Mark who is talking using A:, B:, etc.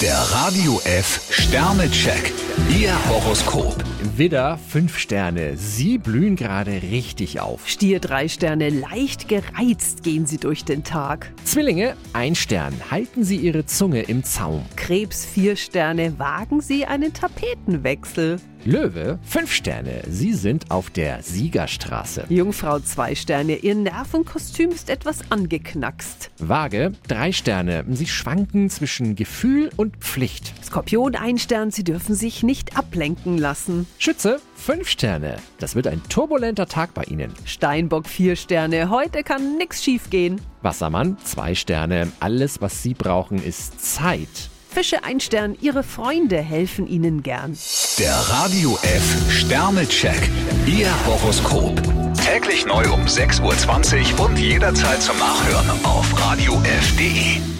A: Der Radio F Sternecheck. Ihr Horoskop.
B: Widder, fünf Sterne. Sie blühen gerade richtig auf.
C: Stier drei Sterne, leicht gereizt gehen Sie durch den Tag.
B: Zwillinge, ein Stern. Halten Sie Ihre Zunge im Zaum.
C: Krebs vier Sterne, wagen Sie einen Tapetenwechsel.
B: Löwe, fünf Sterne. Sie sind auf der Siegerstraße.
C: Jungfrau zwei Sterne, Ihr Nervenkostüm ist etwas angeknackst.
B: Waage, drei Sterne. Sie schwanken zwischen Gefühl und Pflicht.
C: Skorpion ein Stern, Sie dürfen sich nicht ablenken lassen.
B: Schütze, fünf Sterne. Das wird ein turbulenter Tag bei Ihnen.
C: Steinbock vier Sterne, heute kann nix schiefgehen.
B: Wassermann, zwei Sterne. Alles, was Sie brauchen, ist Zeit.
C: Fische ein Stern, Ihre Freunde helfen Ihnen gern.
A: Der Radio F Sternecheck. Ihr Horoskop. Täglich neu um 6.20 Uhr und jederzeit zum Nachhören auf Radio radiof.de.